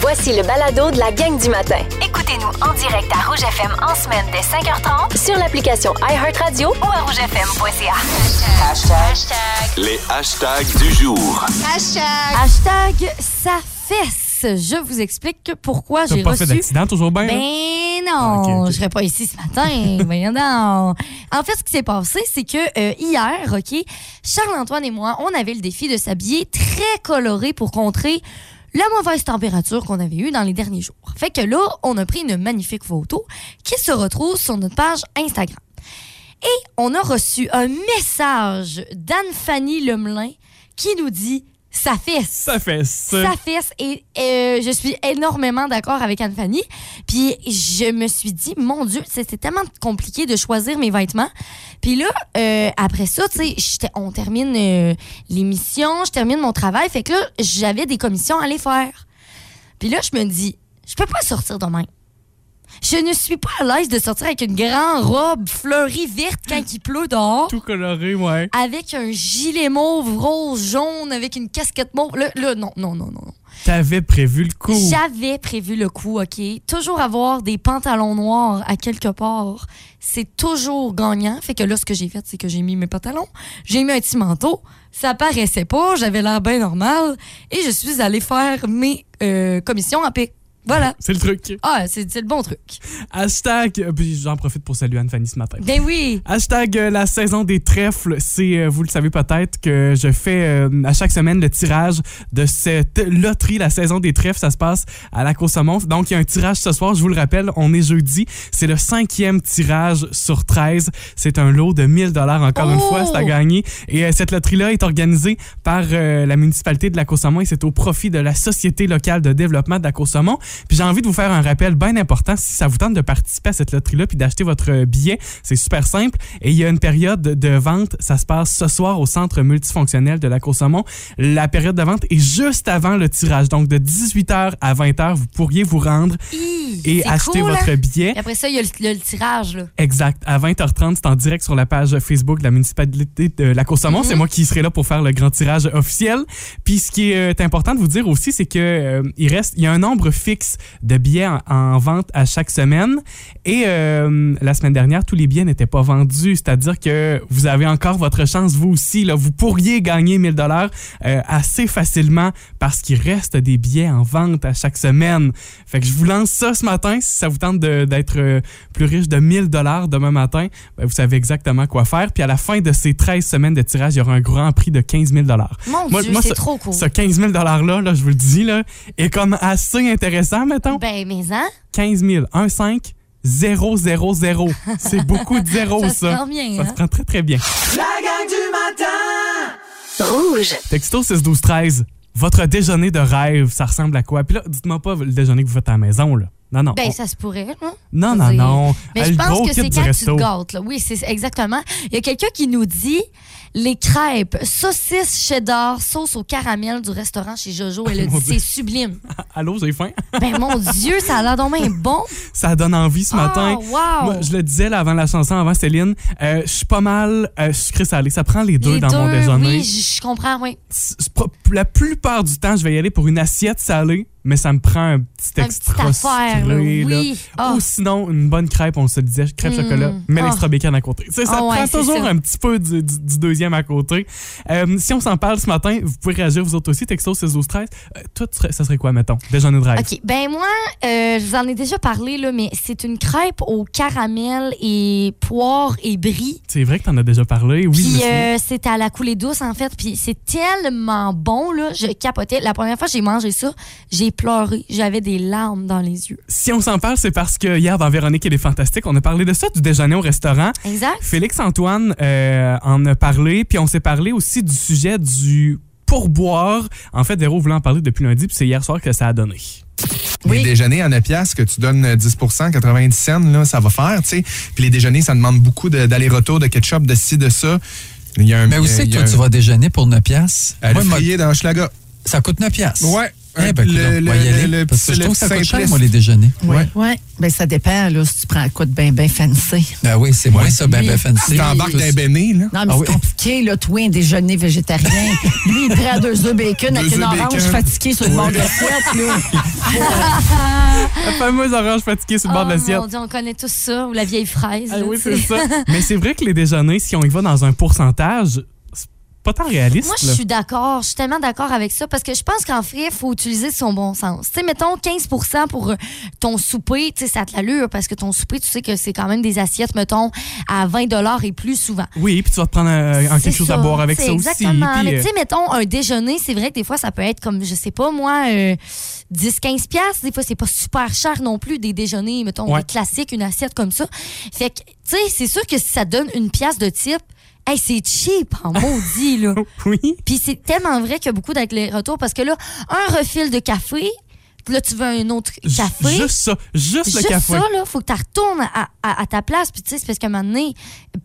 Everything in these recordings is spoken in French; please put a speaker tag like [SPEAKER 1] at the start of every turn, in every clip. [SPEAKER 1] Voici le balado de la gang du matin. Écoutez-nous en direct à Rouge FM en semaine dès 5h30 sur l'application iHeartRadio ou à rougefm.ca.
[SPEAKER 2] Les hashtags du jour.
[SPEAKER 3] Hashtag sa fesse. Je vous explique pourquoi
[SPEAKER 4] T'as
[SPEAKER 3] j'ai
[SPEAKER 4] pas fait
[SPEAKER 3] reçu.
[SPEAKER 4] d'accident, toujours bien?
[SPEAKER 3] Ben
[SPEAKER 4] hein?
[SPEAKER 3] non,
[SPEAKER 4] Ah, ok, ok.
[SPEAKER 3] je serais pas ici ce matin. Voyons donc. En fait, ce qui s'est passé, c'est que euh, hier, OK, Charles-Antoine et moi, on avait le défi de s'habiller très coloré pour contrer la mauvaise température qu'on avait eue dans les derniers jours. Fait que là, on a pris une magnifique photo qui se retrouve sur notre page Instagram. Et on a reçu un message d'Anne-Fanny Lemelin qui nous dit « Ça fesse ».
[SPEAKER 4] Ça fait ça.
[SPEAKER 3] Sa fesse. Et euh, je suis énormément d'accord avec Anne-Fanny. Puis je me suis dit, mon Dieu, c'est c'est tellement compliqué de choisir mes vêtements. Puis là, euh, après ça, tu sais, j'étais- on termine euh, l'émission, je termine mon travail. Fait que là, j'avais des commissions à aller faire. Puis là, je me dis, je peux pas sortir demain. Je ne suis pas à l'aise de sortir avec une grande robe fleurie verte quand il pleut dehors
[SPEAKER 4] Tout coloré, ouais.
[SPEAKER 3] avec un gilet mauve, rose, jaune, avec une casquette mauve. Là, là, non, non, non, non. non.
[SPEAKER 4] T'avais prévu le coup.
[SPEAKER 3] J'avais prévu le coup, OK? Toujours avoir des pantalons noirs à quelque part, c'est toujours gagnant. Fait que là, ce que j'ai fait, c'est que j'ai mis mes pantalons, j'ai mis un petit manteau, ça paraissait pas, j'avais l'air bien normal, et je suis allée faire mes euh, commissions à paix. Voilà.
[SPEAKER 4] C'est le truc.
[SPEAKER 3] Ah, c'est c'est le bon truc.
[SPEAKER 4] Hashtag, euh, puis j'en profite pour saluer Anne-Fanny ce matin.
[SPEAKER 3] Ben oui!
[SPEAKER 4] Hashtag euh, la saison des trèfles, c'est, euh, vous le savez peut-être, que je fais euh, à chaque semaine le tirage de cette loterie, la saison des trèfles, ça se passe à la course Donc, il y a un tirage ce soir, je vous le rappelle, on est jeudi, c'est le cinquième tirage sur 13. C'est un lot de 1000 dollars encore une
[SPEAKER 3] Oh!
[SPEAKER 4] fois, c'est à gagner. Et euh, cette loterie-là est organisée par euh, la municipalité de la course et c'est au profit de la Société locale de développement de la course Puis j'ai envie de vous faire un rappel bien important, si ça vous tente de participer à cette loterie-là puis d'acheter votre euh, billet, c'est super simple. Et il y a une période de vente. Ça se passe ce soir au centre multifonctionnel de la Côte Saumon. La période de vente est juste avant le tirage. Donc, de 18h à 20h, vous pourriez vous rendre
[SPEAKER 3] Hi,
[SPEAKER 4] et
[SPEAKER 3] c'est
[SPEAKER 4] acheter
[SPEAKER 3] cool,
[SPEAKER 4] votre
[SPEAKER 3] hein?
[SPEAKER 4] billet.
[SPEAKER 3] Et après ça, il y a le, le- le tirage, là.
[SPEAKER 4] Exact. À 20h30, c'est en direct sur la page Facebook de la municipalité de la Côte Saumon.
[SPEAKER 3] Mhm.
[SPEAKER 4] C'est moi qui serai là pour faire le grand tirage officiel. Puis ce qui est euh, important de vous dire aussi, c'est que euh, il reste, il y a un nombre fixe de billets en, en vente à chaque semaine. Et euh, la semaine dernière, tous les billets n'étaient pas vendus. C'est-à-dire que vous avez encore votre chance, vous aussi. Là, vous pourriez gagner 1000 dollars euh, assez facilement parce qu'il reste des billets en vente à chaque semaine. Fait que je vous lance ça ce matin. Si ça vous tente de- d'être euh, plus riche de 1000 dollars demain matin, ben, vous savez exactement quoi faire. Puis à la fin de ces 13 semaines de tirage, il y aura un grand prix de 15 000 dollars.
[SPEAKER 3] Mon
[SPEAKER 4] Moi-
[SPEAKER 3] Dieu,
[SPEAKER 4] moi,
[SPEAKER 3] c'est trop cool.
[SPEAKER 4] Ce 15 000 $-là, là, je vous le dis, là, est comme assez intéressant, mettons.
[SPEAKER 3] Ben, mais hein?
[SPEAKER 4] 15 000, 1, 5, 0, 0, 0. C'est beaucoup de zéros, ça.
[SPEAKER 3] Ça se prend bien,
[SPEAKER 4] Ça
[SPEAKER 3] hein?
[SPEAKER 4] se prend très, très bien.
[SPEAKER 5] La gang du matin
[SPEAKER 1] Rouge.
[SPEAKER 4] Texto 6 12 13 votre déjeuner de rêve, ça ressemble à quoi? Puis là, dites-moi pas le déjeuner que vous faites à la maison, là. Non, non.
[SPEAKER 3] Ben,
[SPEAKER 4] On-
[SPEAKER 3] ça se pourrait, hein?
[SPEAKER 4] non,
[SPEAKER 3] je
[SPEAKER 4] non,
[SPEAKER 3] veux dire.
[SPEAKER 4] non.
[SPEAKER 3] Mais
[SPEAKER 4] Euh,
[SPEAKER 3] je
[SPEAKER 4] le
[SPEAKER 3] pense
[SPEAKER 4] gros
[SPEAKER 3] que
[SPEAKER 4] kit
[SPEAKER 3] c'est
[SPEAKER 4] du
[SPEAKER 3] quand
[SPEAKER 4] resto.
[SPEAKER 3] tu te gâtes. là. Oui, c'est exactement. Il y a quelqu'un qui nous dit les crêpes, saucisses cheddar, sauce au caramel du restaurant chez Jojo. Elle a
[SPEAKER 4] Mon
[SPEAKER 3] dit
[SPEAKER 4] Dieu.
[SPEAKER 3] c'est sublime.
[SPEAKER 4] Allô, j'ai faim.
[SPEAKER 3] Ben mon Dieu, ça a l'air donc bien bon.
[SPEAKER 4] Ça donne envie ce matin.
[SPEAKER 3] Oh, wow.
[SPEAKER 4] Moi, je le disais là, avant la chanson, avant Céline, euh, je suis pas mal euh, sucré salé. Ça prend les deux
[SPEAKER 3] Les
[SPEAKER 4] dans mon
[SPEAKER 3] deux,
[SPEAKER 4] déjeuner.
[SPEAKER 3] Oui, je je comprends, oui.
[SPEAKER 4] c'est pas- la plupart du temps, je vais y aller pour une assiette salée, mais ça me prend un petit
[SPEAKER 3] Un petit
[SPEAKER 4] extra
[SPEAKER 3] affaire, là,
[SPEAKER 4] sucré, là.
[SPEAKER 3] oui. Ah.
[SPEAKER 4] Ou sinon, une bonne crêpe, on se le disait, crêpe
[SPEAKER 3] Mm.
[SPEAKER 4] chocolat, mais
[SPEAKER 3] Ah.
[SPEAKER 4] l'extra bacon à côté. Tu sais, ça
[SPEAKER 3] Ah ouais,
[SPEAKER 4] prend
[SPEAKER 3] c'est
[SPEAKER 4] toujours
[SPEAKER 3] ça.
[SPEAKER 4] un petit peu du, du- du deuxième à côté. Euh, si on s'en parle ce matin, vous pouvez réagir vous autres aussi, texto 16 12 13 Euh, Toi, tu serais- ça serait quoi, mettons, déjeuner de rêve?
[SPEAKER 3] OK. Ben moi, euh, je vous en ai déjà parlé, là, mais c'est une crêpe au caramel et poire et brie.
[SPEAKER 4] C'est vrai que t'en as déjà parlé, oui. je
[SPEAKER 3] Puis
[SPEAKER 4] me souviens.
[SPEAKER 3] euh, c'était à la coulée douce, en fait. Puis c'est tellement bon, là. Je capotais. La première fois que j'ai mangé ça, j'ai pleuré. J'avais des larmes dans les yeux.
[SPEAKER 4] Si on s'en parle, c'est parce que hier, dans Véronique et les Fantastiques, on a parlé de ça, du déjeuner au restaurant.
[SPEAKER 3] Exact?
[SPEAKER 4] Félix-Antoine euh, en a parlé, puis on s'est parlé aussi du sujet du pourboire. En fait, Véro voulait en parler depuis lundi, puis c'est hier soir que ça a donné.
[SPEAKER 6] Les déjeuners à 9 piastres que tu donnes euh, 10 90 cents, là, ça va faire, tu sais. Puis les déjeuners, ça demande beaucoup de- d'aller-retour, de ketchup, de ci, de ça. Il y a un,
[SPEAKER 7] Mais
[SPEAKER 6] il
[SPEAKER 7] où
[SPEAKER 6] y a-
[SPEAKER 7] c'est
[SPEAKER 6] il
[SPEAKER 7] que
[SPEAKER 6] y a
[SPEAKER 7] toi,
[SPEAKER 6] un-
[SPEAKER 7] tu vas déjeuner pour 9 piastres?
[SPEAKER 6] à
[SPEAKER 7] Moi,
[SPEAKER 6] le
[SPEAKER 7] il m'a-
[SPEAKER 6] frier dans Schlaga.
[SPEAKER 7] ça coûte 9 piastres.
[SPEAKER 6] Ouais. un-
[SPEAKER 7] Eh ben,
[SPEAKER 6] le-
[SPEAKER 7] coudonc,
[SPEAKER 6] le-
[SPEAKER 7] on va y aller,
[SPEAKER 6] le- le
[SPEAKER 7] parce que
[SPEAKER 6] petit-
[SPEAKER 7] je trouve que ça
[SPEAKER 6] le
[SPEAKER 7] coûte cher,
[SPEAKER 6] simpliste.
[SPEAKER 7] moi, les déjeuners.
[SPEAKER 6] Ouais.
[SPEAKER 8] Ouais, ben ça dépend là, si tu prends un coup de ben ben fancy.
[SPEAKER 7] Ben oui, c'est moins ça, ben,
[SPEAKER 8] Oui.
[SPEAKER 7] ben fancy.
[SPEAKER 8] Tu
[SPEAKER 6] T'embarques
[SPEAKER 8] t'embarques
[SPEAKER 6] d'un béné, là.
[SPEAKER 8] Non, mais
[SPEAKER 7] Ah
[SPEAKER 8] c'est
[SPEAKER 7] oui.
[SPEAKER 8] compliqué, là, toi, un déjeuner végétarien. Lui, il prend deux œufs bacon
[SPEAKER 6] Deux
[SPEAKER 8] avec une
[SPEAKER 6] œufs
[SPEAKER 8] orange
[SPEAKER 6] bacon.
[SPEAKER 8] fatiguée sur le bord de l'assiette, là.
[SPEAKER 4] La fameuse orange fatiguée sur le bord de
[SPEAKER 3] Oh
[SPEAKER 4] l'assiette.
[SPEAKER 3] mon Dieu, on connaît tous ça, ou la vieille fraise.
[SPEAKER 4] Ah
[SPEAKER 3] là,
[SPEAKER 4] oui,
[SPEAKER 3] tu
[SPEAKER 4] c'est
[SPEAKER 3] sais.
[SPEAKER 4] ça. Mais c'est vrai que les déjeuners, si on y va dans un pourcentage, c'est pas tant réaliste.
[SPEAKER 3] Moi, je
[SPEAKER 4] là.
[SPEAKER 3] suis d'accord. Je suis tellement d'accord avec ça parce que je pense qu'en vrai, il faut utiliser son bon sens. Tu sais, mettons 15 pour euh, ton souper, tu sais, ça te l'allure parce que ton souper, tu sais que c'est quand même des assiettes, mettons, à 20 et plus souvent.
[SPEAKER 4] Oui, puis tu vas te prendre un, un
[SPEAKER 3] C'est
[SPEAKER 4] Euh, quelque chose à boire avec
[SPEAKER 3] C'est
[SPEAKER 4] ça
[SPEAKER 3] Exactement.
[SPEAKER 4] aussi. puis,
[SPEAKER 3] Mais tu
[SPEAKER 4] euh,
[SPEAKER 3] sais, mettons, un déjeuner, c'est vrai que des fois, ça peut être comme, je sais pas, moi, euh, 10-15 piastres. Des fois, c'est pas super cher non plus, des déjeuners, mettons,
[SPEAKER 4] Ouais.
[SPEAKER 3] des classiques, une assiette comme ça. Fait que, tu sais, c'est sûr que si ça donne une pièce de type, hey, c'est cheap en maudit, là.
[SPEAKER 4] oui.
[SPEAKER 3] Puis c'est tellement vrai qu'il y a beaucoup d'allers-retours parce que là, un refil de café, là, tu veux un autre
[SPEAKER 4] Ju-
[SPEAKER 3] café.
[SPEAKER 4] Juste ça. Juste, le
[SPEAKER 3] Juste
[SPEAKER 4] café.
[SPEAKER 3] ça, là, faut que tu retournes à, à- à ta place. Puis, tu sais, c'est parce qu'à un moment donné,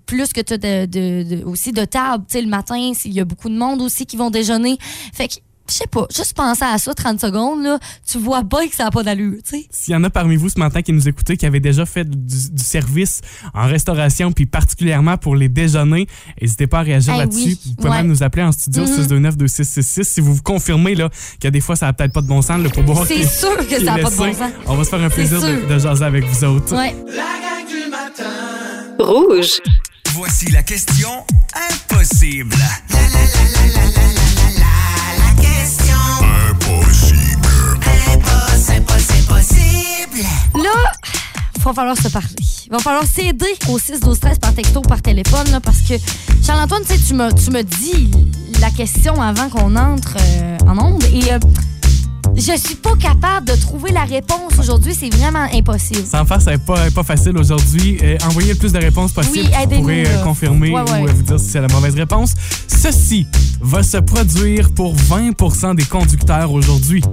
[SPEAKER 3] plus que tu as de, de- de- aussi de table, tu sais, le matin, s'il y a beaucoup de monde aussi qui vont déjeuner. Fait que, je sais pas, juste penser à ça 30 secondes, là, tu vois bien que ça n'a pas d'allure, tu sais.
[SPEAKER 4] S'il y en a parmi vous ce matin qui nous écoutez, qui avez déjà fait du, du service en restauration, puis particulièrement pour les déjeuners, n'hésitez pas à réagir
[SPEAKER 3] Ah
[SPEAKER 4] là-dessus.
[SPEAKER 3] oui,
[SPEAKER 4] Vous pouvez
[SPEAKER 3] ouais.
[SPEAKER 4] même nous appeler en studio
[SPEAKER 3] Mhm.
[SPEAKER 4] 629-2666 si vous vous confirmez là, que des fois, ça n'a peut-être pas de bon sens le pourboire. qui-
[SPEAKER 3] C'est sûr que
[SPEAKER 4] qui
[SPEAKER 3] ça
[SPEAKER 4] est
[SPEAKER 3] n'a pas de bon
[SPEAKER 4] laissé.
[SPEAKER 3] sens.
[SPEAKER 4] On va se faire un plaisir de,
[SPEAKER 3] sûr.
[SPEAKER 4] de jaser avec vous autres.
[SPEAKER 3] Ouais.
[SPEAKER 5] La gang du matin.
[SPEAKER 1] Rouge.
[SPEAKER 9] Voici la question impossible.
[SPEAKER 3] Là, va falloir se parler. Il va falloir s'aider au 6 12 13 par texto par téléphone là, parce que Charles-Antoine, tu sais, tu me tu me dis la question avant qu'on entre euh, en onde et euh, je suis pas capable de trouver la réponse aujourd'hui, c'est vraiment impossible.
[SPEAKER 4] Sans faire, ça n'est pas, pas facile aujourd'hui. Euh, envoyez le plus de réponses possible.
[SPEAKER 3] Oui,
[SPEAKER 4] vous
[SPEAKER 3] aidez-nous,
[SPEAKER 4] pourrez euh,
[SPEAKER 3] là.
[SPEAKER 4] confirmer
[SPEAKER 3] Ouais, ouais.
[SPEAKER 4] ou euh, vous dire si c'est la mauvaise réponse. Ceci va se produire pour 20 des conducteurs aujourd'hui.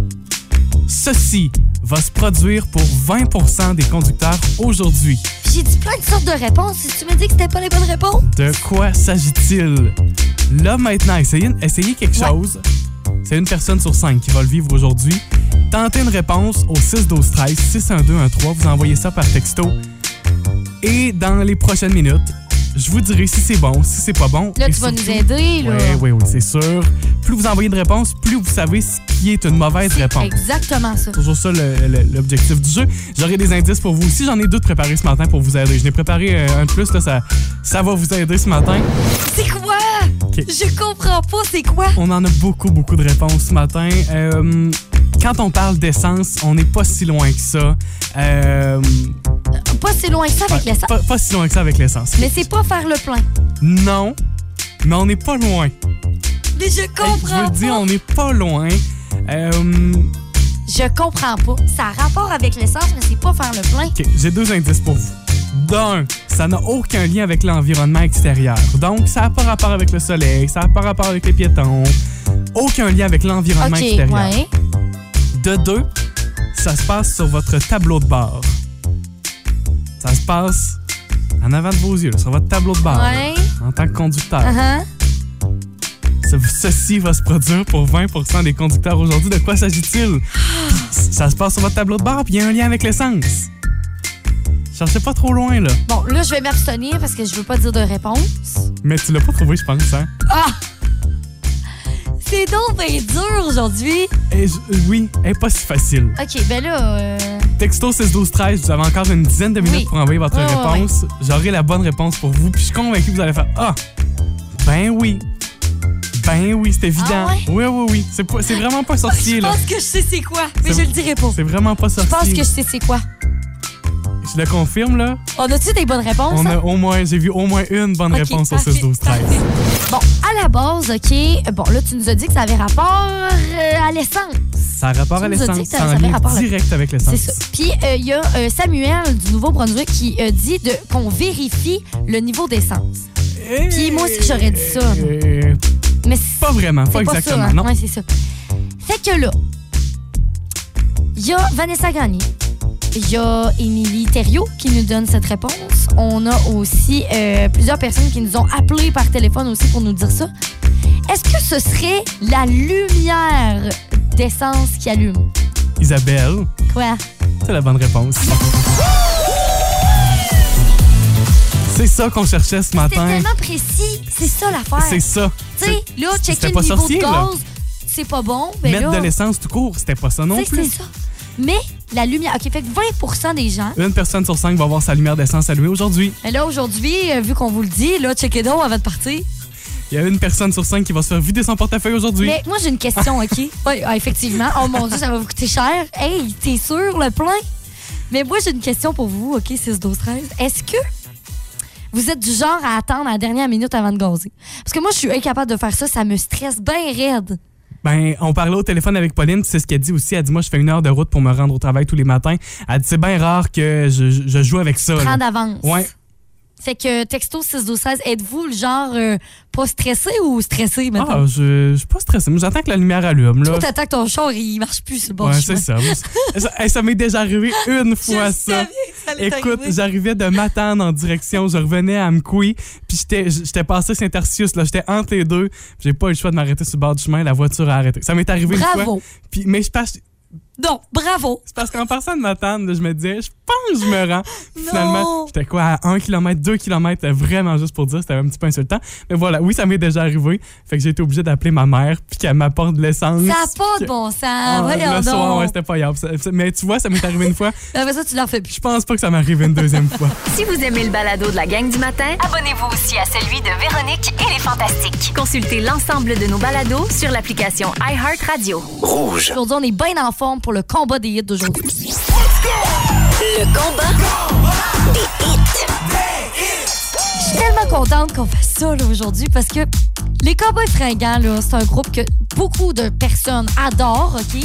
[SPEAKER 4] Ceci va se produire pour 20 des conducteurs aujourd'hui.
[SPEAKER 3] Puis J'ai dit plein de sortes de réponses, si tu me dis que c'était pas les bonnes réponses.
[SPEAKER 4] De quoi s'agit-il? Là, maintenant, essayez, essayez quelque
[SPEAKER 3] Ouais.
[SPEAKER 4] chose. C'est une personne sur cinq qui va le vivre aujourd'hui. Tentez une réponse au 6-12-13, 612-13. Vous envoyez ça par texto. Et dans les prochaines minutes, je vous dirai si c'est bon, si c'est pas bon.
[SPEAKER 3] Là,
[SPEAKER 4] Et
[SPEAKER 3] tu vas nous
[SPEAKER 4] surtout-
[SPEAKER 3] aider là.
[SPEAKER 4] Oui, oui, oui, c'est sûr. Plus vous envoyez de réponses, plus vous savez ce qui est une mauvaise réponse.
[SPEAKER 3] Exactement ça.
[SPEAKER 4] Toujours ça le- le- l'objectif du jeu. J'aurai des indices pour vous aussi. J'en ai deux de préparés ce matin pour vous aider. Je n'ai préparé euh, un de plus, là, ça, ça va vous aider ce matin.
[SPEAKER 3] C'est quoi
[SPEAKER 4] Ok.
[SPEAKER 3] Je comprends pas, c'est quoi
[SPEAKER 4] On en a beaucoup, beaucoup de réponses ce matin. Euh, quand on parle d'essence, on n'est pas si loin que ça. Euh,
[SPEAKER 3] Pas si loin que ça avec
[SPEAKER 4] ouais,
[SPEAKER 3] l'essence.
[SPEAKER 4] pas, pas si loin que ça avec l'essence.
[SPEAKER 3] Mais c'est pas faire le plein.
[SPEAKER 4] Non, mais on n'est pas loin.
[SPEAKER 3] Mais je
[SPEAKER 4] Je veux
[SPEAKER 3] comprends
[SPEAKER 4] dire,
[SPEAKER 3] pas.
[SPEAKER 4] on n'est pas loin. Euh,
[SPEAKER 3] Je comprends pas. Ça a rapport avec l'essence, mais c'est pas faire le plein.
[SPEAKER 4] OK, j'ai deux indices pour vous. D'un, ça n'a aucun lien avec l'environnement extérieur. Donc, ça n'a pas rapport avec le soleil, ça n'a pas rapport avec les piétons. Aucun lien avec l'environnement
[SPEAKER 3] OK,
[SPEAKER 4] extérieur.
[SPEAKER 3] ouais.
[SPEAKER 4] De deux, ça se passe sur votre tableau de bord. Ça se passe en avant de vos yeux, là, sur votre tableau de bord,
[SPEAKER 3] Ouais.
[SPEAKER 4] là, en tant que conducteur.
[SPEAKER 3] Uh-huh.
[SPEAKER 4] Ce- Ceci va se produire pour 20 des conducteurs aujourd'hui. De quoi s'agit-il? Puis, ça se passe sur votre tableau de bord, puis il y a un lien avec l'essence. Cherchez pas trop loin, là.
[SPEAKER 3] Bon, là, je vais m'abstenir parce que je veux pas dire de réponse.
[SPEAKER 4] Mais tu l'as pas trouvé, je pense, hein?
[SPEAKER 3] C'est donc bien dur aujourd'hui.
[SPEAKER 4] Et je- oui, elle est pas si facile.
[SPEAKER 3] OK, ben là, euh,
[SPEAKER 4] Texto 6 12 13 vous avez encore une dizaine de minutes
[SPEAKER 3] Oui.
[SPEAKER 4] pour envoyer votre
[SPEAKER 3] Ouais, ouais,
[SPEAKER 4] réponse. J'aurai la bonne réponse pour vous. Puis je suis convaincu que vous allez faire Ah, ben oui. Ben oui, c'est évident.
[SPEAKER 3] Ah ouais?
[SPEAKER 4] Oui, oui, oui. C'est, pas- c'est vraiment pas sorcier,
[SPEAKER 3] je
[SPEAKER 4] là.
[SPEAKER 3] pense que je sais c'est quoi, mais
[SPEAKER 4] C'est-
[SPEAKER 3] je le dirai pas.
[SPEAKER 4] C'est vraiment pas
[SPEAKER 3] Je pense
[SPEAKER 4] sorcier.
[SPEAKER 3] que je sais c'est quoi.
[SPEAKER 4] je... le confirme, là.
[SPEAKER 3] On a-tu des bonnes réponses?
[SPEAKER 4] On
[SPEAKER 3] hein?
[SPEAKER 4] a au moins, j'ai vu au moins une bonne
[SPEAKER 3] OK,
[SPEAKER 4] réponse au
[SPEAKER 3] parfait,
[SPEAKER 4] 6 12 13
[SPEAKER 3] parfait. Bon, à la base, OK, bon, là, tu nous as dit que ça avait rapport euh, à l'essence.
[SPEAKER 4] Ça a rapport
[SPEAKER 3] Tu
[SPEAKER 4] à
[SPEAKER 3] nous as dit
[SPEAKER 4] l'essence.
[SPEAKER 3] que ça-
[SPEAKER 4] Ça
[SPEAKER 3] ça
[SPEAKER 4] a un
[SPEAKER 3] avait
[SPEAKER 4] lien
[SPEAKER 3] rapport à-
[SPEAKER 4] direct avec
[SPEAKER 3] C'est
[SPEAKER 4] l'essence.
[SPEAKER 3] ça. Puis euh, il y a euh, Samuel du Nouveau-Brunswick qui euh, dit de- qu'on vérifie le niveau d'essence.
[SPEAKER 4] Eh,
[SPEAKER 3] Puis moi aussi, j'aurais dit ça.
[SPEAKER 4] eh,
[SPEAKER 3] Mais c'est
[SPEAKER 4] pas vraiment, pas
[SPEAKER 3] c'est pas
[SPEAKER 4] exactement.
[SPEAKER 3] ça. hein?
[SPEAKER 4] Non.
[SPEAKER 3] Ouais, c'est ça. Fait que là, il y a Vanessa Gagné. Il y a Émilie Thériault qui nous donne cette réponse. On a aussi euh, plusieurs personnes qui nous ont appelé par téléphone aussi pour nous dire ça. Est-ce que ce serait la lumière d'essence qui allume.
[SPEAKER 4] Isabelle,
[SPEAKER 3] Quoi?
[SPEAKER 4] c'est la bonne réponse. C'est ça qu'on cherchait ce
[SPEAKER 3] C'était
[SPEAKER 4] matin.
[SPEAKER 3] tellement précis. C'est ça l'affaire.
[SPEAKER 4] C'est ça.
[SPEAKER 3] Tu sais, là,
[SPEAKER 4] C'est-
[SPEAKER 3] checker
[SPEAKER 4] c'était
[SPEAKER 3] le
[SPEAKER 4] pas
[SPEAKER 3] niveau
[SPEAKER 4] sorcier,
[SPEAKER 3] de
[SPEAKER 4] là.
[SPEAKER 3] gaz, c'est pas bon. Ben
[SPEAKER 4] Mettre
[SPEAKER 3] là,
[SPEAKER 4] de l'essence tout court, c'était pas ça non
[SPEAKER 3] tu sais,
[SPEAKER 4] plus.
[SPEAKER 3] c'est ça. Mais la lumière. OK, fait que 20 des gens.
[SPEAKER 4] Une personne sur cinq va avoir sa lumière d'essence allumée aujourd'hui.
[SPEAKER 3] Mais là, aujourd'hui, euh, vu qu'on vous le dit, là, checkez donc avant de partir.
[SPEAKER 4] Il y a une personne sur cinq qui va se faire vider son portefeuille aujourd'hui.
[SPEAKER 3] Mais moi, j'ai une question, OK? Oui, ah, effectivement. Oh mon Dieu, ça va vous coûter cher. Hey, t'es sûr, le plein? Mais moi, j'ai une question pour vous, OK? 6, 12, 13. Est-ce que vous êtes du genre à attendre la dernière minute avant de gazer? Parce que moi, je suis incapable de faire ça. Ça me stresse bien raide.
[SPEAKER 4] Ben, on parlait au téléphone avec Pauline, puis c'est ce qu'elle dit aussi. Elle dit Moi, je fais une heure de route pour me rendre au travail tous les matins. Elle dit C'est bien rare que je, je- je joue avec ça. là.
[SPEAKER 3] Prends d'avance.
[SPEAKER 4] Ouais.
[SPEAKER 3] Fait que texto 6, 12, 13, êtes-vous le genre euh, pas stressé ou stressé maintenant?
[SPEAKER 4] Ah, je, je suis pas stressé. mais J'attends que la lumière allume. Là.
[SPEAKER 3] Toi, t'attends que ton char, il marche plus sur le bon
[SPEAKER 4] ouais,
[SPEAKER 3] chemin.
[SPEAKER 4] c'est ça. ça hey, ça m'est déjà arrivé une fois ça. Écoute, j'arrivais de Matane en direction, je revenais à Mkoui, puis j'étais j'étais passé Saint-Arcius, là, j'étais entre les deux, puis j'ai pas eu le choix de m'arrêter sur le bord du chemin, la voiture a arrêté. Ça m'est arrivé une fois.
[SPEAKER 3] Bravo.
[SPEAKER 4] Puis, mais je passe,
[SPEAKER 3] Non, bravo.
[SPEAKER 4] C'est parce qu'en passant de ma tante, là, je me disais, je pense que je me rends. Puis Finalement,
[SPEAKER 3] Non.
[SPEAKER 4] j'étais quoi, à 1 km, 2 km, vraiment juste pour dire, c'était un petit peu insultant. Mais voilà, oui, ça m'est déjà arrivé. Fait que j'ai été obligé d'appeler ma mère, puis qu'elle m'apporte de l'essence.
[SPEAKER 3] Ça n'a pas de bon sens.
[SPEAKER 4] Ah,
[SPEAKER 3] Voyons
[SPEAKER 4] Le soir, ouais,
[SPEAKER 3] donc. Ben,
[SPEAKER 4] c'était pas grave. Ça- ça- Mais tu vois, ça m'est arrivé une fois.
[SPEAKER 3] Après ça, tu leur fais plus.
[SPEAKER 4] Je pense pas que ça m'arrive une deuxième fois.
[SPEAKER 1] Si vous aimez le balado de la gang du matin, abonnez-vous aussi à celui de Véronique et les Fantastiques. Consultez l'ensemble de nos balados sur l'application iHeartRadio.
[SPEAKER 2] Rouge.
[SPEAKER 3] Aujourd'hui, on est bien en forme pour le combat des hits d'aujourd'hui.
[SPEAKER 1] Le combat.
[SPEAKER 3] Je suis tellement contente qu'on fasse ça là, aujourd'hui parce que les Cowboys Fringants, là, c'est un groupe que beaucoup de personnes adorent, OK?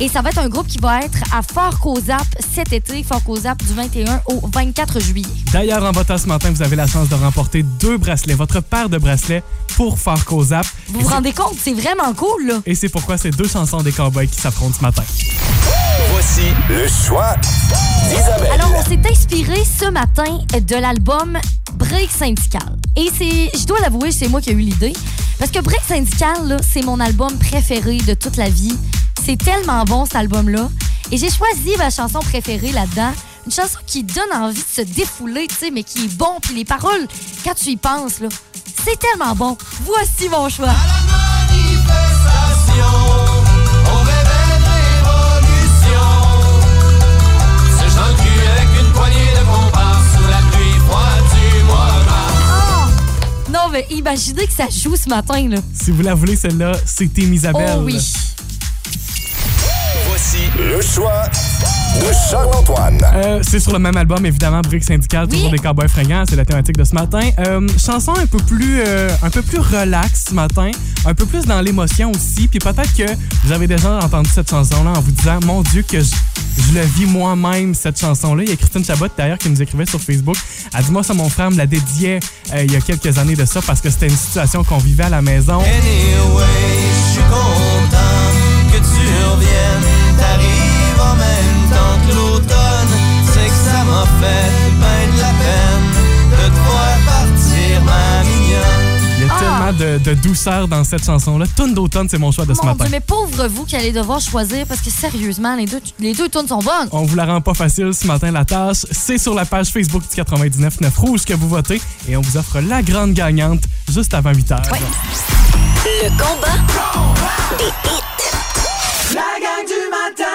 [SPEAKER 3] Et ça va être un groupe qui va être à Fort Cozap cet été, Fort Cozap du 21 au 24 juillet.
[SPEAKER 4] D'ailleurs, en votant ce matin, vous avez la chance de remporter deux bracelets, votre paire de bracelets pour faire cause app.
[SPEAKER 3] Vous vous rendez compte? C'est vraiment cool, là.
[SPEAKER 4] Et c'est pourquoi c'est deux chansons des cowboys qui s'affrontent ce matin.
[SPEAKER 2] Voici le choix d'Isabelle.
[SPEAKER 3] Alors, on s'est inspiré ce matin de l'album Break Syndical. Et c'est, je dois l'avouer, c'est moi qui ai eu l'idée. Parce que Break Syndical, là, c'est mon album préféré de toute la vie. C'est tellement bon, cet album-là. Et j'ai choisi ma chanson préférée là-dedans. Une chanson qui donne envie de se défouler, tu sais, mais qui est bon. Puis les paroles, quand tu y penses, là, c'est tellement bon. Voici mon choix.
[SPEAKER 5] On rêvait de révolution. Ces gens le cul avec une poignée de compas sous la pluie froide du mois de mars.
[SPEAKER 3] Ah! Non, mais imaginez que ça joue ce matin, là.
[SPEAKER 4] Si vous la voulez, celle-là, c'est Team Isabelle.
[SPEAKER 3] Oh oui.
[SPEAKER 2] Voici le choix de Charles-Antoine.
[SPEAKER 4] Euh, c'est sur le même album, évidemment, Brick Syndical, toujours
[SPEAKER 3] Oui.
[SPEAKER 4] des cowboys fringants, c'est la thématique de ce matin. Euh, chanson un peu plus euh, un peu plus relax ce matin, un peu plus dans l'émotion aussi, puis peut-être que vous avez déjà entendu cette chanson-là en vous disant, mon Dieu, que je, je le vis moi-même, cette chanson-là. Il y a Christine Chabot, d'ailleurs, qui nous écrivait sur Facebook. Elle dit, moi, ça, mon frère me la dédiait euh, il y a quelques années de ça parce que c'était une situation qu'on vivait à la maison.
[SPEAKER 5] Anyway, je suis content que tu reviennes. T'arrives en même temps que l'automne. C'est que ça m'a fait ben de la peine de te voir partir, ma mignonne.
[SPEAKER 4] Il y a tellement de, de douceur dans cette chanson-là. Tune d'automne, c'est mon choix de ce
[SPEAKER 3] Ah! Mon
[SPEAKER 4] matin.
[SPEAKER 3] Dieu, mais pauvre vous qui allez devoir choisir parce que sérieusement, les deux, les deux tunes sont bonnes.
[SPEAKER 4] On vous la rend pas facile ce matin, la tâche. C'est sur la page Facebook du 99.9 Rouge que vous votez et on vous offre la grande gagnante juste avant 8 heures.
[SPEAKER 1] Le combat.
[SPEAKER 5] La gang du matin!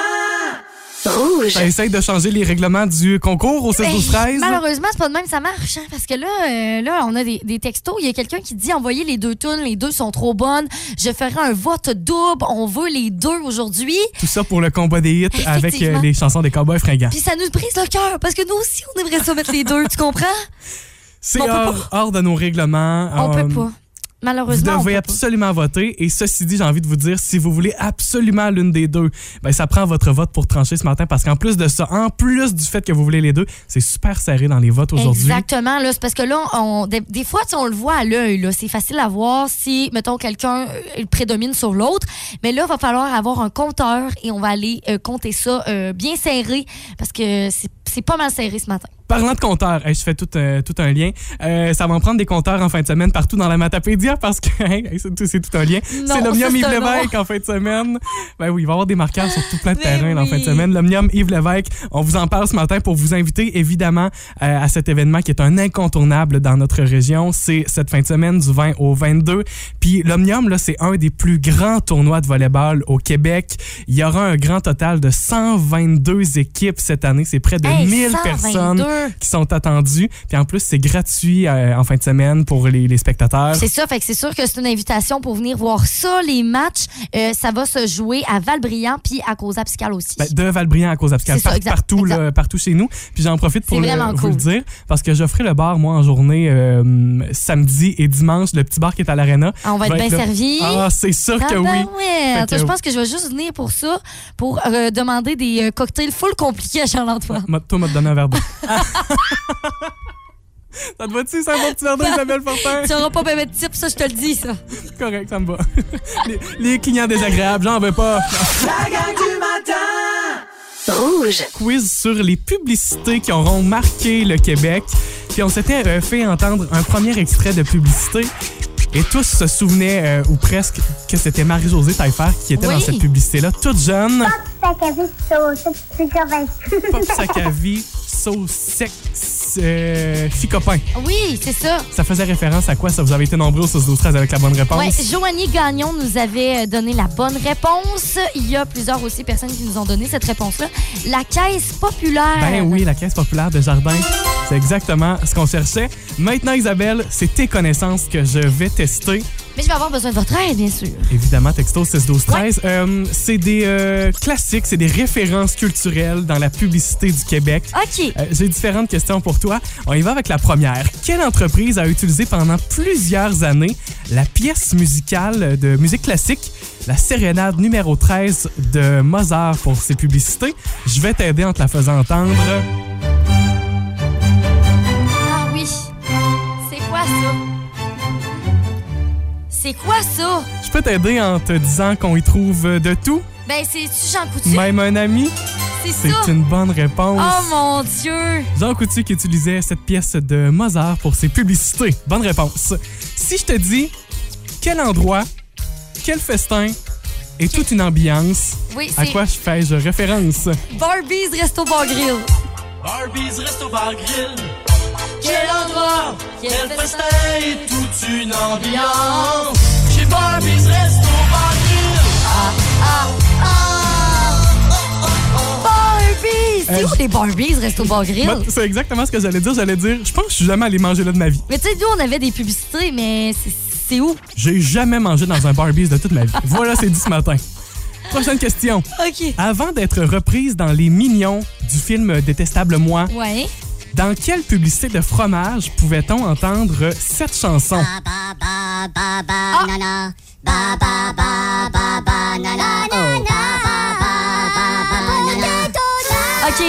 [SPEAKER 1] Rouge.
[SPEAKER 4] Ça essaye de changer les règlements du concours au 16 12
[SPEAKER 3] Hey,
[SPEAKER 4] 13
[SPEAKER 3] Malheureusement, c'est pas de même que ça marche. hein, parce que là, euh, là on a des, des textos. Il y a quelqu'un qui dit envoyez les deux tunes, les deux sont trop bonnes. Je ferai un vote double. On veut les deux aujourd'hui.
[SPEAKER 4] Tout ça pour le combat des hits avec euh,
[SPEAKER 3] Effectivement.
[SPEAKER 4] les chansons des cowboys fringants.
[SPEAKER 3] Puis ça nous brise le cœur parce que nous aussi, on aimerait ça mettre les deux. Tu comprends?
[SPEAKER 4] C'est
[SPEAKER 3] on peut
[SPEAKER 4] hors, hors de nos règlements.
[SPEAKER 3] on
[SPEAKER 4] Euh,
[SPEAKER 3] peut pas.
[SPEAKER 4] Vous
[SPEAKER 3] Malheureusement. on
[SPEAKER 4] devez
[SPEAKER 3] peut pas.
[SPEAKER 4] absolument voter. Et ceci dit, j'ai envie de vous dire, si vous voulez absolument l'une des deux, ben, ça prend votre vote pour trancher ce matin. Parce qu'en plus de ça, en plus du fait que vous voulez les deux, c'est super serré dans les votes aujourd'hui.
[SPEAKER 3] Exactement, là, c'est parce que là, on, des, des fois, tu sais, on le voit à l'œil, là, c'est facile à voir si, mettons, quelqu'un euh, il prédomine sur l'autre, mais là, il va falloir avoir un compteur et on va aller euh, compter ça euh, bien serré parce que c'est c'est pas mal serré ce matin.
[SPEAKER 4] Parlant de compteurs, hey, je fais tout, euh, tout un lien. Euh, ça va en prendre des compteurs en fin de semaine partout dans la Matapédia parce que hey, c'est tout, c'est tout un lien.
[SPEAKER 3] Non,
[SPEAKER 4] C'est
[SPEAKER 3] ça,
[SPEAKER 4] l'Omnium
[SPEAKER 3] c'est
[SPEAKER 4] Yves
[SPEAKER 3] un
[SPEAKER 4] Lévesque en fin de semaine. Ben oui, il va y avoir des marqueurs sur tout plein de
[SPEAKER 3] Mais
[SPEAKER 4] terrains là, en fin de
[SPEAKER 3] Ben oui.
[SPEAKER 4] semaine. L'Omnium Yves Lévesque, on vous en parle ce matin pour vous inviter évidemment euh, à cet événement qui est un incontournable dans notre région. C'est cette fin de semaine du 20 au 22. Puis l'Omnium, là, c'est un des plus grands tournois de volleyball au Québec. Il y aura un grand total de 122 équipes cette année. C'est près de
[SPEAKER 3] Hey,
[SPEAKER 4] 1000 personnes
[SPEAKER 3] 122.
[SPEAKER 4] qui sont attendues. Puis en plus, c'est gratuit euh, en fin de semaine pour les, les spectateurs.
[SPEAKER 3] C'est ça, fait que c'est sûr que c'est une invitation pour venir voir ça, les matchs. Euh, ça va se jouer à Valbriand puis à Causa Piscale aussi.
[SPEAKER 4] Ben, de Valbriand à cause
[SPEAKER 3] C'est ça, exact,
[SPEAKER 4] partout,
[SPEAKER 3] exact.
[SPEAKER 4] là, partout chez nous. Puis j'en profite pour
[SPEAKER 3] C'est
[SPEAKER 4] le,
[SPEAKER 3] vraiment
[SPEAKER 4] vous le
[SPEAKER 3] cool.
[SPEAKER 4] dire parce que j'offrais le bar, moi, en journée euh, samedi et dimanche, le petit bar qui est à l'Arena.
[SPEAKER 3] Ah, on va
[SPEAKER 4] Je
[SPEAKER 3] être
[SPEAKER 4] vais
[SPEAKER 3] bien
[SPEAKER 4] là.
[SPEAKER 3] servi.
[SPEAKER 4] Ah, c'est sûr que oui.
[SPEAKER 3] ben ouais.
[SPEAKER 4] Fait que
[SPEAKER 3] je
[SPEAKER 4] oui.
[SPEAKER 3] pense que je vais juste venir pour ça, pour euh, demander des euh, cocktails full compliqués à Charles-Antoine.
[SPEAKER 4] Moi, Toi, m'a donné un verre d'eau. ça te va-tu, ça, mon petit verre d'eau, Isabelle Fortin?
[SPEAKER 3] tu auras pas bébé de type, ça, je te le dis, ça.
[SPEAKER 4] Correct, ça me va. les, les clients désagréables, j'en veux pas.
[SPEAKER 1] Rouge.
[SPEAKER 4] quiz sur les publicités qui auront marqué le Québec. Puis on s'était euh, fait entendre un premier extrait de publicité. Et tous se souvenaient, euh, ou presque, que c'était Marie-Josée Taillefer qui était
[SPEAKER 3] Oui.
[SPEAKER 4] dans cette publicité-là, toute jeune.
[SPEAKER 7] sac à vis sauce, c'est
[SPEAKER 4] Pop sac à vie, sauce sec, euh, ficopin.
[SPEAKER 3] Oui, c'est ça.
[SPEAKER 4] Ça faisait référence à quoi? Ça vous avez été nombreux au 12 13 avec la bonne réponse.
[SPEAKER 3] Ouais, Joanie Gagnon nous avait euh, donné la bonne réponse. Il y a plusieurs aussi personnes qui nous ont donné cette réponse-là. La caisse populaire.
[SPEAKER 4] Ben oui, la caisse populaire de Jardin. C'est exactement ce qu'on cherchait. Maintenant, Isabelle, c'est tes connaissances que je vais tester.
[SPEAKER 3] Mais je vais avoir besoin de votre aide, bien sûr.
[SPEAKER 4] Évidemment, texto 6 12 13. Euh, c'est des euh, classiques, c'est des références culturelles dans la publicité du Québec.
[SPEAKER 3] OK.
[SPEAKER 4] Euh, J'ai différentes questions pour toi. On y va avec la première. Quelle entreprise a utilisé pendant plusieurs années la pièce musicale de musique classique, la sérénade numéro 13 de Mozart pour ses publicités? Je vais t'aider en te la faisant entendre.
[SPEAKER 3] Ah oui. C'est quoi ça? C'est quoi ça?
[SPEAKER 4] Je peux t'aider en te disant qu'on y trouve de tout,
[SPEAKER 3] Ben, c'est-tu Jean Coutu?
[SPEAKER 4] même un ami.
[SPEAKER 3] C'est ça?
[SPEAKER 4] C'est une bonne réponse.
[SPEAKER 3] Oh mon Dieu!
[SPEAKER 4] Jean Coutu qui utilisait cette pièce de Mozart pour ses publicités. Bonne réponse. Si je te dis quel endroit, quel festin et toute une ambiance,
[SPEAKER 3] Oui,
[SPEAKER 4] à
[SPEAKER 3] c'est
[SPEAKER 4] quoi je fais je référence?
[SPEAKER 3] Barbie's Resto Bar Grill.
[SPEAKER 5] Barbies Resto Bar Grill. Quel endroit, quel festin et toute une ambiance. Chez Barbies Resto Bar Grill.
[SPEAKER 3] Ah, ah. Barbie's! C'est
[SPEAKER 4] Euh,
[SPEAKER 3] où les Barbies Resto Bar Grill?
[SPEAKER 4] Moi, C'est exactement ce que j'allais dire. J'allais dire, je pense que je suis jamais allé manger là de ma vie.
[SPEAKER 3] Mais tu sais, nous, on avait des publicités, mais c'est- c'est où?
[SPEAKER 4] J'ai jamais mangé dans un Barbies de toute ma vie. Voilà, c'est dit ce matin. Prochaine question.
[SPEAKER 3] OK.
[SPEAKER 4] Avant d'être reprise dans Les Mignons du film Détestable Moi,
[SPEAKER 3] Ouais.
[SPEAKER 4] dans quelle publicité de fromage pouvait-on entendre cette chanson?
[SPEAKER 3] Oh. OK.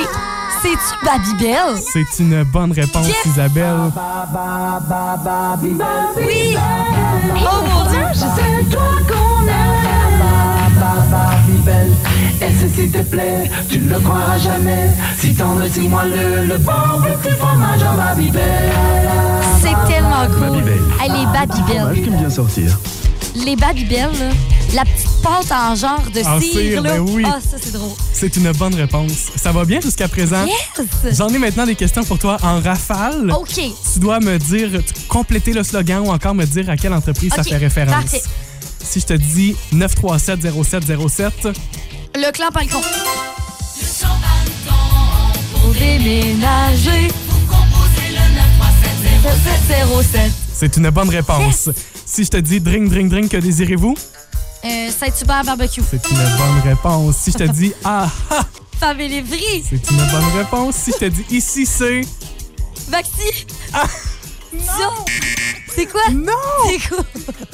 [SPEAKER 3] C'est-tu Babybel?
[SPEAKER 4] C'est une bonne réponse,
[SPEAKER 3] Yes!
[SPEAKER 4] Isabelle.
[SPEAKER 3] Oui! Oh mon Dieu!
[SPEAKER 5] Et ceci te plaît, tu ne le croiras jamais. Si t'en veux, moi le, le bon petit fromage en Babybel.
[SPEAKER 3] C'est tellement cool. Hey, les Babybel.
[SPEAKER 10] qui me vient sortir.
[SPEAKER 3] Les Babybel, là. La petite pâte en genre de
[SPEAKER 4] En
[SPEAKER 3] cire,
[SPEAKER 4] cire,
[SPEAKER 3] là.
[SPEAKER 4] ben oui.
[SPEAKER 3] Ah, ça, c'est drôle.
[SPEAKER 4] C'est une bonne réponse. Ça va bien jusqu'à présent?
[SPEAKER 3] Yes! Oh!
[SPEAKER 4] J'en ai maintenant des questions pour toi en rafale.
[SPEAKER 3] OK.
[SPEAKER 4] Tu dois me dire, tu- compléter le slogan ou encore me dire à quelle entreprise ça
[SPEAKER 3] Ok,
[SPEAKER 4] fait référence.
[SPEAKER 3] parfait.
[SPEAKER 4] Si je te dis 9370707,
[SPEAKER 3] Le clan balcon. Pour déménager. Pour composer le 93707.
[SPEAKER 4] c'est une bonne réponse. Si je te dis drink, drink, drink, que désirez-vous?
[SPEAKER 3] Euh, Saint-Hubert Barbecue.
[SPEAKER 4] C'est une bonne réponse. Si je te dis ah, ah,
[SPEAKER 3] Pavé Lévry.
[SPEAKER 4] c'est une bonne réponse. Si je te dis ici, c'est. Ah,
[SPEAKER 3] Maxi. Non. C'est quoi?
[SPEAKER 4] Non!
[SPEAKER 3] C'est quoi?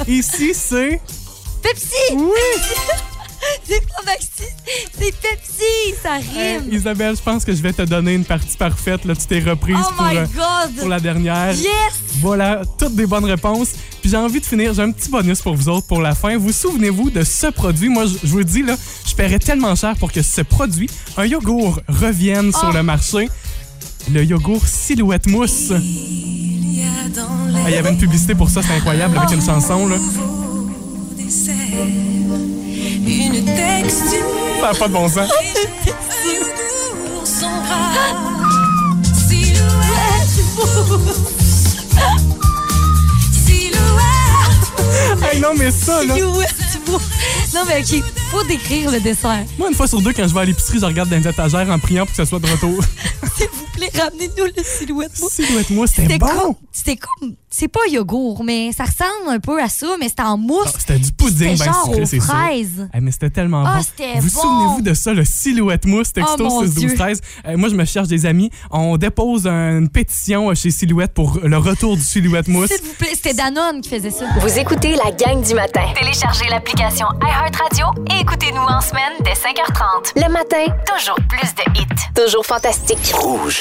[SPEAKER 4] Ici, c'est.
[SPEAKER 3] Pepsi.
[SPEAKER 4] Oui!
[SPEAKER 3] C'est pas Maxi. C'est Pepsi. Ça
[SPEAKER 4] Hey,
[SPEAKER 3] rime.
[SPEAKER 4] Isabelle, je pense que je vais te donner une partie parfaite. Là, tu t'es reprise
[SPEAKER 3] Oh
[SPEAKER 4] pour,
[SPEAKER 3] my
[SPEAKER 4] euh, pour
[SPEAKER 3] God.
[SPEAKER 4] la dernière.
[SPEAKER 3] Yes.
[SPEAKER 4] Voilà, toutes des bonnes réponses. Puis j'ai envie de finir, j'ai un petit bonus pour vous autres pour la fin. Vous souvenez-vous de ce produit? Moi, je je vous le dis, là, je paierais tellement cher pour que ce produit, un yogourt, revienne sur
[SPEAKER 3] Oh.
[SPEAKER 4] le marché. le yogourt Silhouette Mousse. Ah, Il y avait une publicité pour ça, c'est incroyable, avec une chanson. Là.
[SPEAKER 10] Une texture
[SPEAKER 4] Ça n'a pas de bon sens. Hey, non, mais ça, là.
[SPEAKER 3] Non, mais OK, faut décrire le dessert.
[SPEAKER 4] Moi, une fois sur deux, quand je vais à l'épicerie, je regarde dans les étagères en priant pour que ça soit de retour.
[SPEAKER 3] S'il vous plaît, ramenez-nous le silhouette mousse.
[SPEAKER 4] Silhouette Mousse, c'était
[SPEAKER 3] C'était
[SPEAKER 4] bon.
[SPEAKER 3] comme- C'était comme. C'est pas yogourt, mais ça ressemble un peu à ça, mais c'était en
[SPEAKER 4] Ah,
[SPEAKER 3] mousse.
[SPEAKER 4] C'était du pudding,
[SPEAKER 3] C'était
[SPEAKER 4] ben
[SPEAKER 3] genre
[SPEAKER 4] sucré,
[SPEAKER 3] aux
[SPEAKER 4] c'est sûr.
[SPEAKER 3] fraises.
[SPEAKER 4] Eh, mais c'était tellement
[SPEAKER 3] Ah,
[SPEAKER 4] bon.
[SPEAKER 3] c'était
[SPEAKER 4] Vous
[SPEAKER 3] bon.
[SPEAKER 4] souvenez-vous de ça, le silhouette mousse texto
[SPEAKER 3] Oh, mon
[SPEAKER 4] 6 12
[SPEAKER 3] Dieu.
[SPEAKER 4] 13 Eh, Moi, je me cherche des amis. On dépose une pétition euh, chez Silhouette pour le retour du silhouette mousse.
[SPEAKER 3] S'il vous plaît, c'était Danone qui faisait ça.
[SPEAKER 1] Vous écoutez la gang du matin. Téléchargez l'application iHeartRadio et écoutez-nous en semaine dès 5h30.
[SPEAKER 7] Le matin,
[SPEAKER 1] Toujours plus de hits.
[SPEAKER 7] toujours fantastique.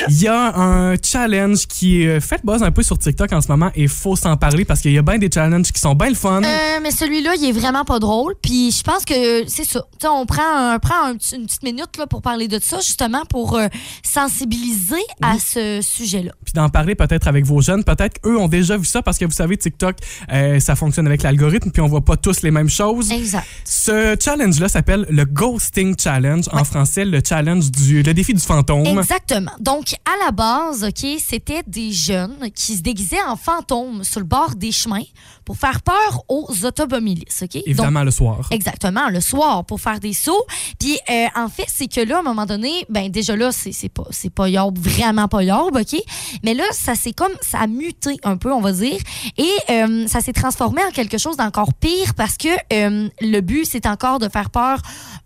[SPEAKER 4] Il y a un challenge qui est euh, fait le buzz un peu sur TikTok en ce moment et faut s'en parler parce qu'il y a bien des challenges qui sont bien le fun.
[SPEAKER 3] Euh, mais celui-là, il est vraiment pas drôle. Puis je pense que c'est ça. Tu sais, on prend, un, prend un petit- une petite minute là, pour parler de ça, justement, pour euh, sensibiliser à ce sujet-là.
[SPEAKER 4] puis d'en parler peut-être avec vos jeunes. Peut-être qu'eux ont déjà vu ça parce que vous savez, TikTok, euh, ça fonctionne avec l'algorithme, puis on voit pas tous les mêmes choses.
[SPEAKER 3] Exact.
[SPEAKER 4] Ce challenge-là s'appelle le Ghosting Challenge, en français, le challenge du le défi du fantôme.
[SPEAKER 3] Exactement. Donc, à la base, OK, c'était des jeunes qui se déguisaient en fantômes sur le bord des chemins pour faire peur aux automobilistes, OK? Donc,
[SPEAKER 4] Évidemment, le soir.
[SPEAKER 3] Exactement, le soir pour faire des sauts. Puis euh, en fait, c'est que là, à un moment donné, ben déjà là, c'est c'est pas c'est pas yorbe, vraiment pas yorbe, ok. Mais là, ça s'est comme ça a muté un peu, on va dire, et euh, ça s'est transformé en quelque chose d'encore pire parce que euh, le but c'est encore de faire peur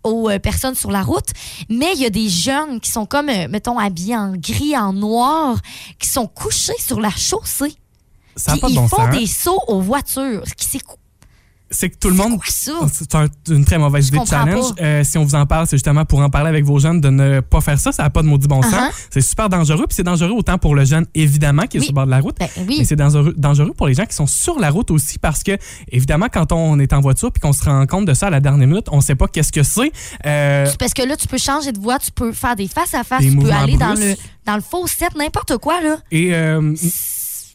[SPEAKER 3] aux euh, personnes sur la route. Mais il y a des jeunes qui sont comme euh, mettons habillés en gris, en noir, qui sont couchés sur la chaussée.
[SPEAKER 4] Ça n'a
[SPEAKER 3] Puis
[SPEAKER 4] pas de
[SPEAKER 3] ils
[SPEAKER 4] bon
[SPEAKER 3] font
[SPEAKER 4] sens.
[SPEAKER 3] des sauts aux voitures. Qui c'est quoi
[SPEAKER 4] C'est que tout le monde.
[SPEAKER 3] ça?
[SPEAKER 4] C'est un- une très mauvaise idée de
[SPEAKER 3] comprends
[SPEAKER 4] challenge.
[SPEAKER 3] pas.
[SPEAKER 4] Euh, si on vous en parle, c'est justement pour en parler avec vos jeunes de ne pas faire ça. Ça n'a pas de maudit bon sens.
[SPEAKER 3] Uh-huh.
[SPEAKER 4] C'est super dangereux. Puis c'est dangereux autant pour le jeune, évidemment, qui est
[SPEAKER 3] Oui.
[SPEAKER 4] sur le bord de la route.
[SPEAKER 3] Ben oui.
[SPEAKER 4] Mais c'est dangereux, dangereux pour les gens qui sont sur la route aussi parce que, évidemment, quand on est en voiture puis qu'on se rend compte de ça à la dernière minute, on ne sait pas qu'est-ce que c'est. Euh,
[SPEAKER 3] Tu- parce que là, tu peux changer de voie, tu peux faire des face à face,
[SPEAKER 4] Des
[SPEAKER 3] tu peux
[SPEAKER 4] mouvements
[SPEAKER 3] aller dans
[SPEAKER 4] brusques.
[SPEAKER 3] le, dans le faux set, n'importe quoi, là.
[SPEAKER 4] et euh,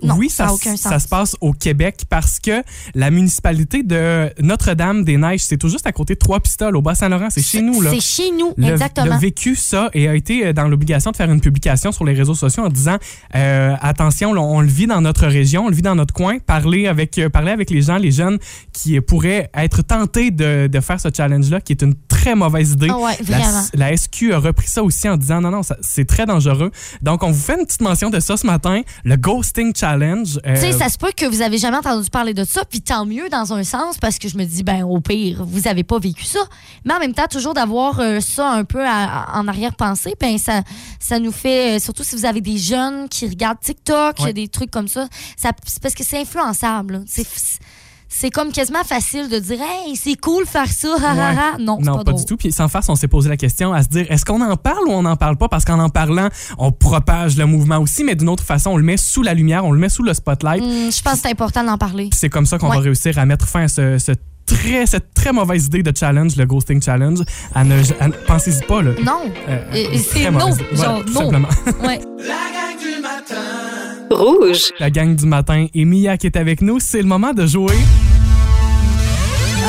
[SPEAKER 3] Non,
[SPEAKER 4] oui,
[SPEAKER 3] ça
[SPEAKER 4] ça,
[SPEAKER 3] a aucun
[SPEAKER 4] ça
[SPEAKER 3] sens.
[SPEAKER 4] se passe au Québec parce que la municipalité de Notre-Dame-des-Neiges, c'est tout juste à côté de Trois-Pistoles, au Bas-Saint-Laurent. C'est chez nous, là.
[SPEAKER 3] C'est chez nous,
[SPEAKER 4] Le-
[SPEAKER 3] exactement.
[SPEAKER 4] le vécu ça et a été euh, dans l'obligation de faire une publication sur les réseaux sociaux en disant euh, attention, là, on le vit dans notre région, on le vit dans notre coin. Parler avec, euh, parler avec les gens, les jeunes qui euh, pourraient être tentés de, de faire ce challenge-là, qui est une très mauvaise idée.
[SPEAKER 3] Ah ouais,
[SPEAKER 4] La-
[SPEAKER 3] vraiment.
[SPEAKER 4] La, SQ a repris ça aussi en disant non, non, ça- c'est très dangereux. Donc, on vous fait une petite mention de ça ce matin, le Ghosting Challenge. Euh,
[SPEAKER 3] Tu sais, ça se peut que vous avez jamais entendu parler de ça, puis tant mieux dans un sens, parce que je me dis, ben au pire, vous avez pas vécu ça. Mais en même temps, toujours d'avoir euh, ça un peu à- à- en arrière-pensée, ben ça, ça nous fait, euh, surtout si vous avez des jeunes qui regardent TikTok,
[SPEAKER 4] Ouais.
[SPEAKER 3] des trucs comme ça, ça c'est parce que c'est influençable. là. C'est f- c'est comme quasiment facile de dire, hey, c'est cool faire ça, ha, ha,
[SPEAKER 4] Ouais.
[SPEAKER 3] ha. Non, c'est
[SPEAKER 4] Non, pas,
[SPEAKER 3] drôle.
[SPEAKER 4] du tout. Puis sans farce, on s'est posé la question à se dire est-ce qu'on en parle ou on n'en parle pas Parce qu'en en parlant, on propage le mouvement aussi, mais d'une autre façon, on le met sous la lumière, on le met sous le spotlight. Puis
[SPEAKER 3] Hmm, je pense que c'est important d'en parler.
[SPEAKER 4] c'est comme ça qu'on va
[SPEAKER 3] Ouais.
[SPEAKER 4] réussir à mettre fin à ce, ce très, cette très mauvaise idée de challenge, le ghosting challenge. À ne, à ne- pensez-y pas, là.
[SPEAKER 3] Non.
[SPEAKER 4] Euh,
[SPEAKER 3] Et- et
[SPEAKER 4] une
[SPEAKER 3] c'est
[SPEAKER 4] très
[SPEAKER 3] non,
[SPEAKER 4] mauvaise idée. Voilà,
[SPEAKER 3] genre
[SPEAKER 4] tout
[SPEAKER 3] non.
[SPEAKER 4] simplement.
[SPEAKER 3] Ouais.
[SPEAKER 1] Rouge.
[SPEAKER 4] La gang du matin et Mia qui est avec nous, c'est le moment de jouer.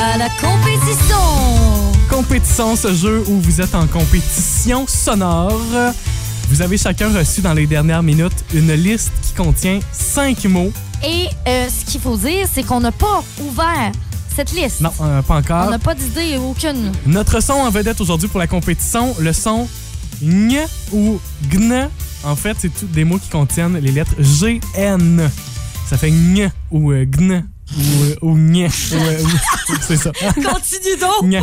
[SPEAKER 3] À la compétition.
[SPEAKER 4] Compétition, ce jeu où vous êtes en compétition sonore. Vous avez chacun reçu dans les dernières minutes une liste qui contient cinq mots.
[SPEAKER 3] Et euh, ce qu'il faut dire, c'est qu'on n'a pas ouvert cette liste.
[SPEAKER 4] Non, euh, pas
[SPEAKER 3] On
[SPEAKER 4] encore.
[SPEAKER 3] n'a pas d'idée aucune.
[SPEAKER 4] Notre son en vedette aujourd'hui pour la compétition, le son gn ou gn. En fait, c'est tous des mots qui contiennent les lettres G N. Ça fait gn ou euh, gn ou, euh, ou gn. ou, euh, ou- c'est ça.
[SPEAKER 3] Continue donc.
[SPEAKER 4] Gna.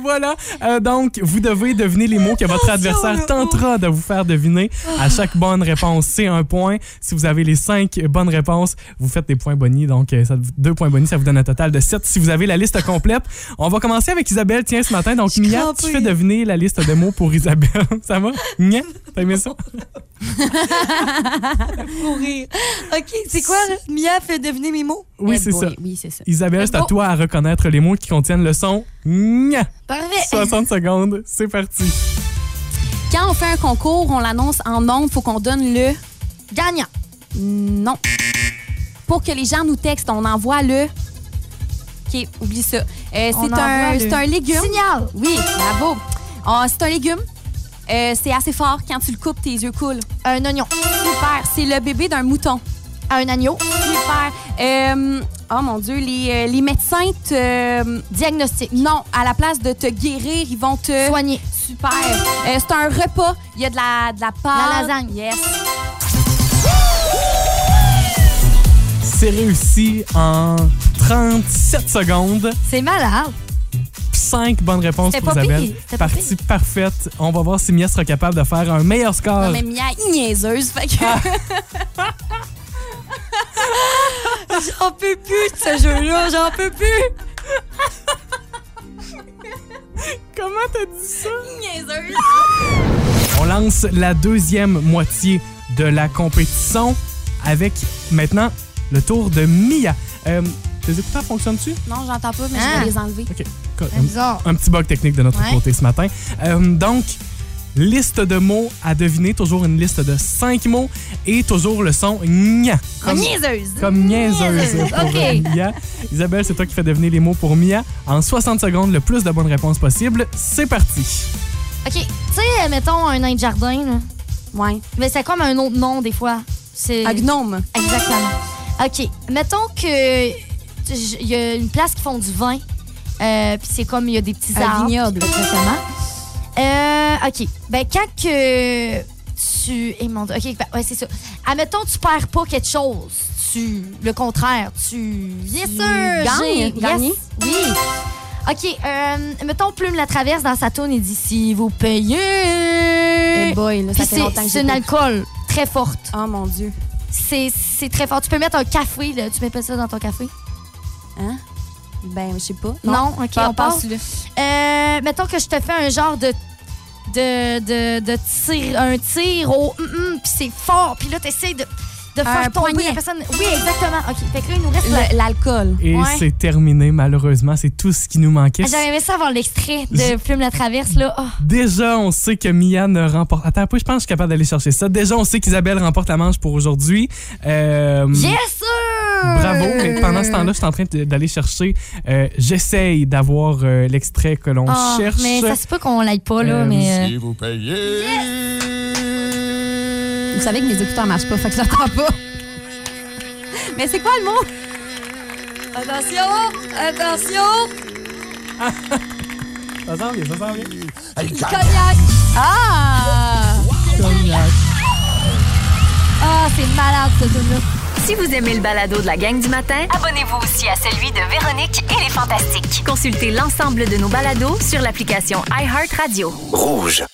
[SPEAKER 4] voilà. Euh, donc, vous devez deviner les mots que votre adversaire tentera de vous faire deviner. À chaque bonne réponse, c'est un point. Si vous avez les cinq bonnes réponses, vous faites des points bonus. Donc, euh, ça- deux points bonus, ça vous donne un total de sept. Si vous avez la liste complète, on va commencer avec Isabelle. Tiens, ce matin, donc,
[SPEAKER 3] suis
[SPEAKER 4] Mia,
[SPEAKER 3] crampée.
[SPEAKER 4] tu fais deviner la liste de mots pour Isabelle. ça va? Gna? T'as aimé ça?
[SPEAKER 3] Mourir. OK, c'est quoi? là? Mia fait deviner mes mots.
[SPEAKER 4] Oui,
[SPEAKER 8] Eh
[SPEAKER 4] c'est
[SPEAKER 8] boy,
[SPEAKER 4] ça.
[SPEAKER 8] Oui, c'est ça.
[SPEAKER 4] Isabelle, c'est à
[SPEAKER 3] Bon. Eh,
[SPEAKER 4] toi à reconnaître les mots qui contiennent le son gna.
[SPEAKER 3] Parfait.
[SPEAKER 4] 60 secondes, c'est parti.
[SPEAKER 11] Quand on fait un concours, on l'annonce en nombre, faut qu'on donne le
[SPEAKER 3] Eh, gagnant.
[SPEAKER 11] Non. Pour que les gens nous textent, on envoie le. Ok, oublie ça. Euh, c'est
[SPEAKER 3] envoie
[SPEAKER 11] un,
[SPEAKER 3] le-
[SPEAKER 11] c'est un légume.
[SPEAKER 3] Signal.
[SPEAKER 11] Oui, bravo. Ah, c'est un légume. Euh, c'est assez fort. Quand tu le coupes, tes yeux coulent.
[SPEAKER 3] Un oignon.
[SPEAKER 11] Super. C'est le bébé d'un mouton.
[SPEAKER 3] Un agneau.
[SPEAKER 11] Super. Euh, oh mon Dieu, les, euh, les médecins te.
[SPEAKER 3] Diagnostic.
[SPEAKER 11] Non, à la place de te guérir, ils vont te.
[SPEAKER 3] Soigné.
[SPEAKER 11] Super. Euh, c'est un repas. Il y a de la, de la pâte.
[SPEAKER 3] La lasagne.
[SPEAKER 11] Yes.
[SPEAKER 4] C'est réussi en 37 secondes.
[SPEAKER 3] C'est malade.
[SPEAKER 4] 5 bonnes réponses
[SPEAKER 11] C'était
[SPEAKER 4] pour
[SPEAKER 11] pas
[SPEAKER 4] Isabelle.
[SPEAKER 11] pire, c'était pas
[SPEAKER 4] Partie parfaite. On va voir si Mia sera capable de faire un meilleur score.
[SPEAKER 11] Non, mais Mia est niaiseuse. Fait que.
[SPEAKER 3] J'en peux plus de ce jeu-là, j'en peux plus.
[SPEAKER 4] Comment t'as dit ça?
[SPEAKER 11] niaiseuse.
[SPEAKER 4] On lance la deuxième moitié de la compétition avec maintenant le tour de Mia. Euh, tes écouteurs fonctionnent-tu?
[SPEAKER 11] Non, j'entends pas, mais je
[SPEAKER 3] Ah.
[SPEAKER 11] vais les enlever.
[SPEAKER 4] Co-
[SPEAKER 3] C'est bizarre.
[SPEAKER 4] un petit bug technique de notre
[SPEAKER 3] Ouais.
[SPEAKER 4] côté ce matin. Euh, donc, liste de mots à deviner, toujours une liste de cinq mots et toujours le son gna. Comme,
[SPEAKER 3] Niaiseuse.
[SPEAKER 4] comme niaiseuse
[SPEAKER 3] niaiseuse,
[SPEAKER 4] pour
[SPEAKER 3] ok.
[SPEAKER 4] euh, Mia. Isabelle, c'est toi qui fais deviner les mots pour Mia. En 60 secondes, le plus de bonnes réponses possible. C'est parti.
[SPEAKER 3] OK, tu sais, euh, mettons un nain de jardin, là.
[SPEAKER 11] Ouais.
[SPEAKER 3] Mais c'est comme un autre nom, des fois. C'est...
[SPEAKER 11] Un gnome.
[SPEAKER 3] Exactement. OK. Mettons que j- il y a une place qui font du vin. euh, Puis c'est comme il y a des petits
[SPEAKER 11] Un
[SPEAKER 3] arbres.
[SPEAKER 11] vignoble.
[SPEAKER 3] Exactement. Euh, OK. Ben, quand que tu. eh, mon Dieu. OK, ben, ouais, c'est ça. Admettons, tu perds pas quelque chose. Tu. Le contraire. Tu. Yes,
[SPEAKER 11] Tu
[SPEAKER 3] sir.
[SPEAKER 11] gagnes,
[SPEAKER 3] j'ai-
[SPEAKER 11] gagner.
[SPEAKER 3] Yes. Oui. OK. euh, mettons, Plume la traverse dans sa tourne et dit si vous
[SPEAKER 11] Eh
[SPEAKER 3] payez.
[SPEAKER 11] boy, là,
[SPEAKER 3] Puis
[SPEAKER 11] ça fait
[SPEAKER 3] c'est
[SPEAKER 11] longtemps que
[SPEAKER 3] c'est
[SPEAKER 11] j'ai
[SPEAKER 3] un
[SPEAKER 11] pas-
[SPEAKER 3] alcool très forte.
[SPEAKER 11] Oh mon Dieu.
[SPEAKER 3] C'est c'est très fort. Tu peux mettre un café, là. Tu mets pas ça dans ton café?
[SPEAKER 11] Ben, je sais pas.
[SPEAKER 3] Non? OK,
[SPEAKER 11] Pas-
[SPEAKER 3] on passe.
[SPEAKER 11] passe-le.
[SPEAKER 3] Euh, mettons que je te fais un genre de... de, de, de tir, un tir au... hum, hum, puis c'est fort. Puis là, t'essayes de, de faire
[SPEAKER 11] Un
[SPEAKER 3] tomber
[SPEAKER 11] poignet.
[SPEAKER 3] la personne. Oui, exactement. OK, fait que là, il nous reste... la-
[SPEAKER 11] Le- L'alcool.
[SPEAKER 4] Et
[SPEAKER 3] Ouais. Ah,
[SPEAKER 4] c'est terminé, malheureusement. C'est tout ce qui nous manquait.
[SPEAKER 3] J'aurais aimé ça avoir l'extrait de Plume la Traverse, là. Oh.
[SPEAKER 4] Déjà, on sait que Mia ne remporte. Attends, un peu, je pense que je suis capable d'aller chercher ça. Déjà, on sait qu'Isabelle remporte la manche pour aujourd'hui. Euh,
[SPEAKER 3] Yes, sir!
[SPEAKER 4] Bravo, mais pendant ce temps-là, je suis en train de- d'aller chercher. euh, J'essaye d'avoir euh, l'extrait que l'on
[SPEAKER 3] Ah,
[SPEAKER 4] cherche.
[SPEAKER 3] Mais ça se peut qu'on l'aille pas, là,
[SPEAKER 4] Euh,
[SPEAKER 3] mais... euh,
[SPEAKER 2] vous payez.
[SPEAKER 11] Vous savez que mes écouteurs marchent pas, fait que j'entends pas. Mais c'est quoi le mot? Attention! Attention!
[SPEAKER 4] Ça s'en vient, ça s'en vient.
[SPEAKER 11] Cognac! Ah!
[SPEAKER 3] Ah, c'est malade, ce truc-là.
[SPEAKER 1] Si vous aimez le balado de la gang du matin, abonnez-vous aussi à celui de Véronique et les Fantastiques. Consultez l'ensemble de nos balados sur l'application iHeartRadio.
[SPEAKER 2] Rouge.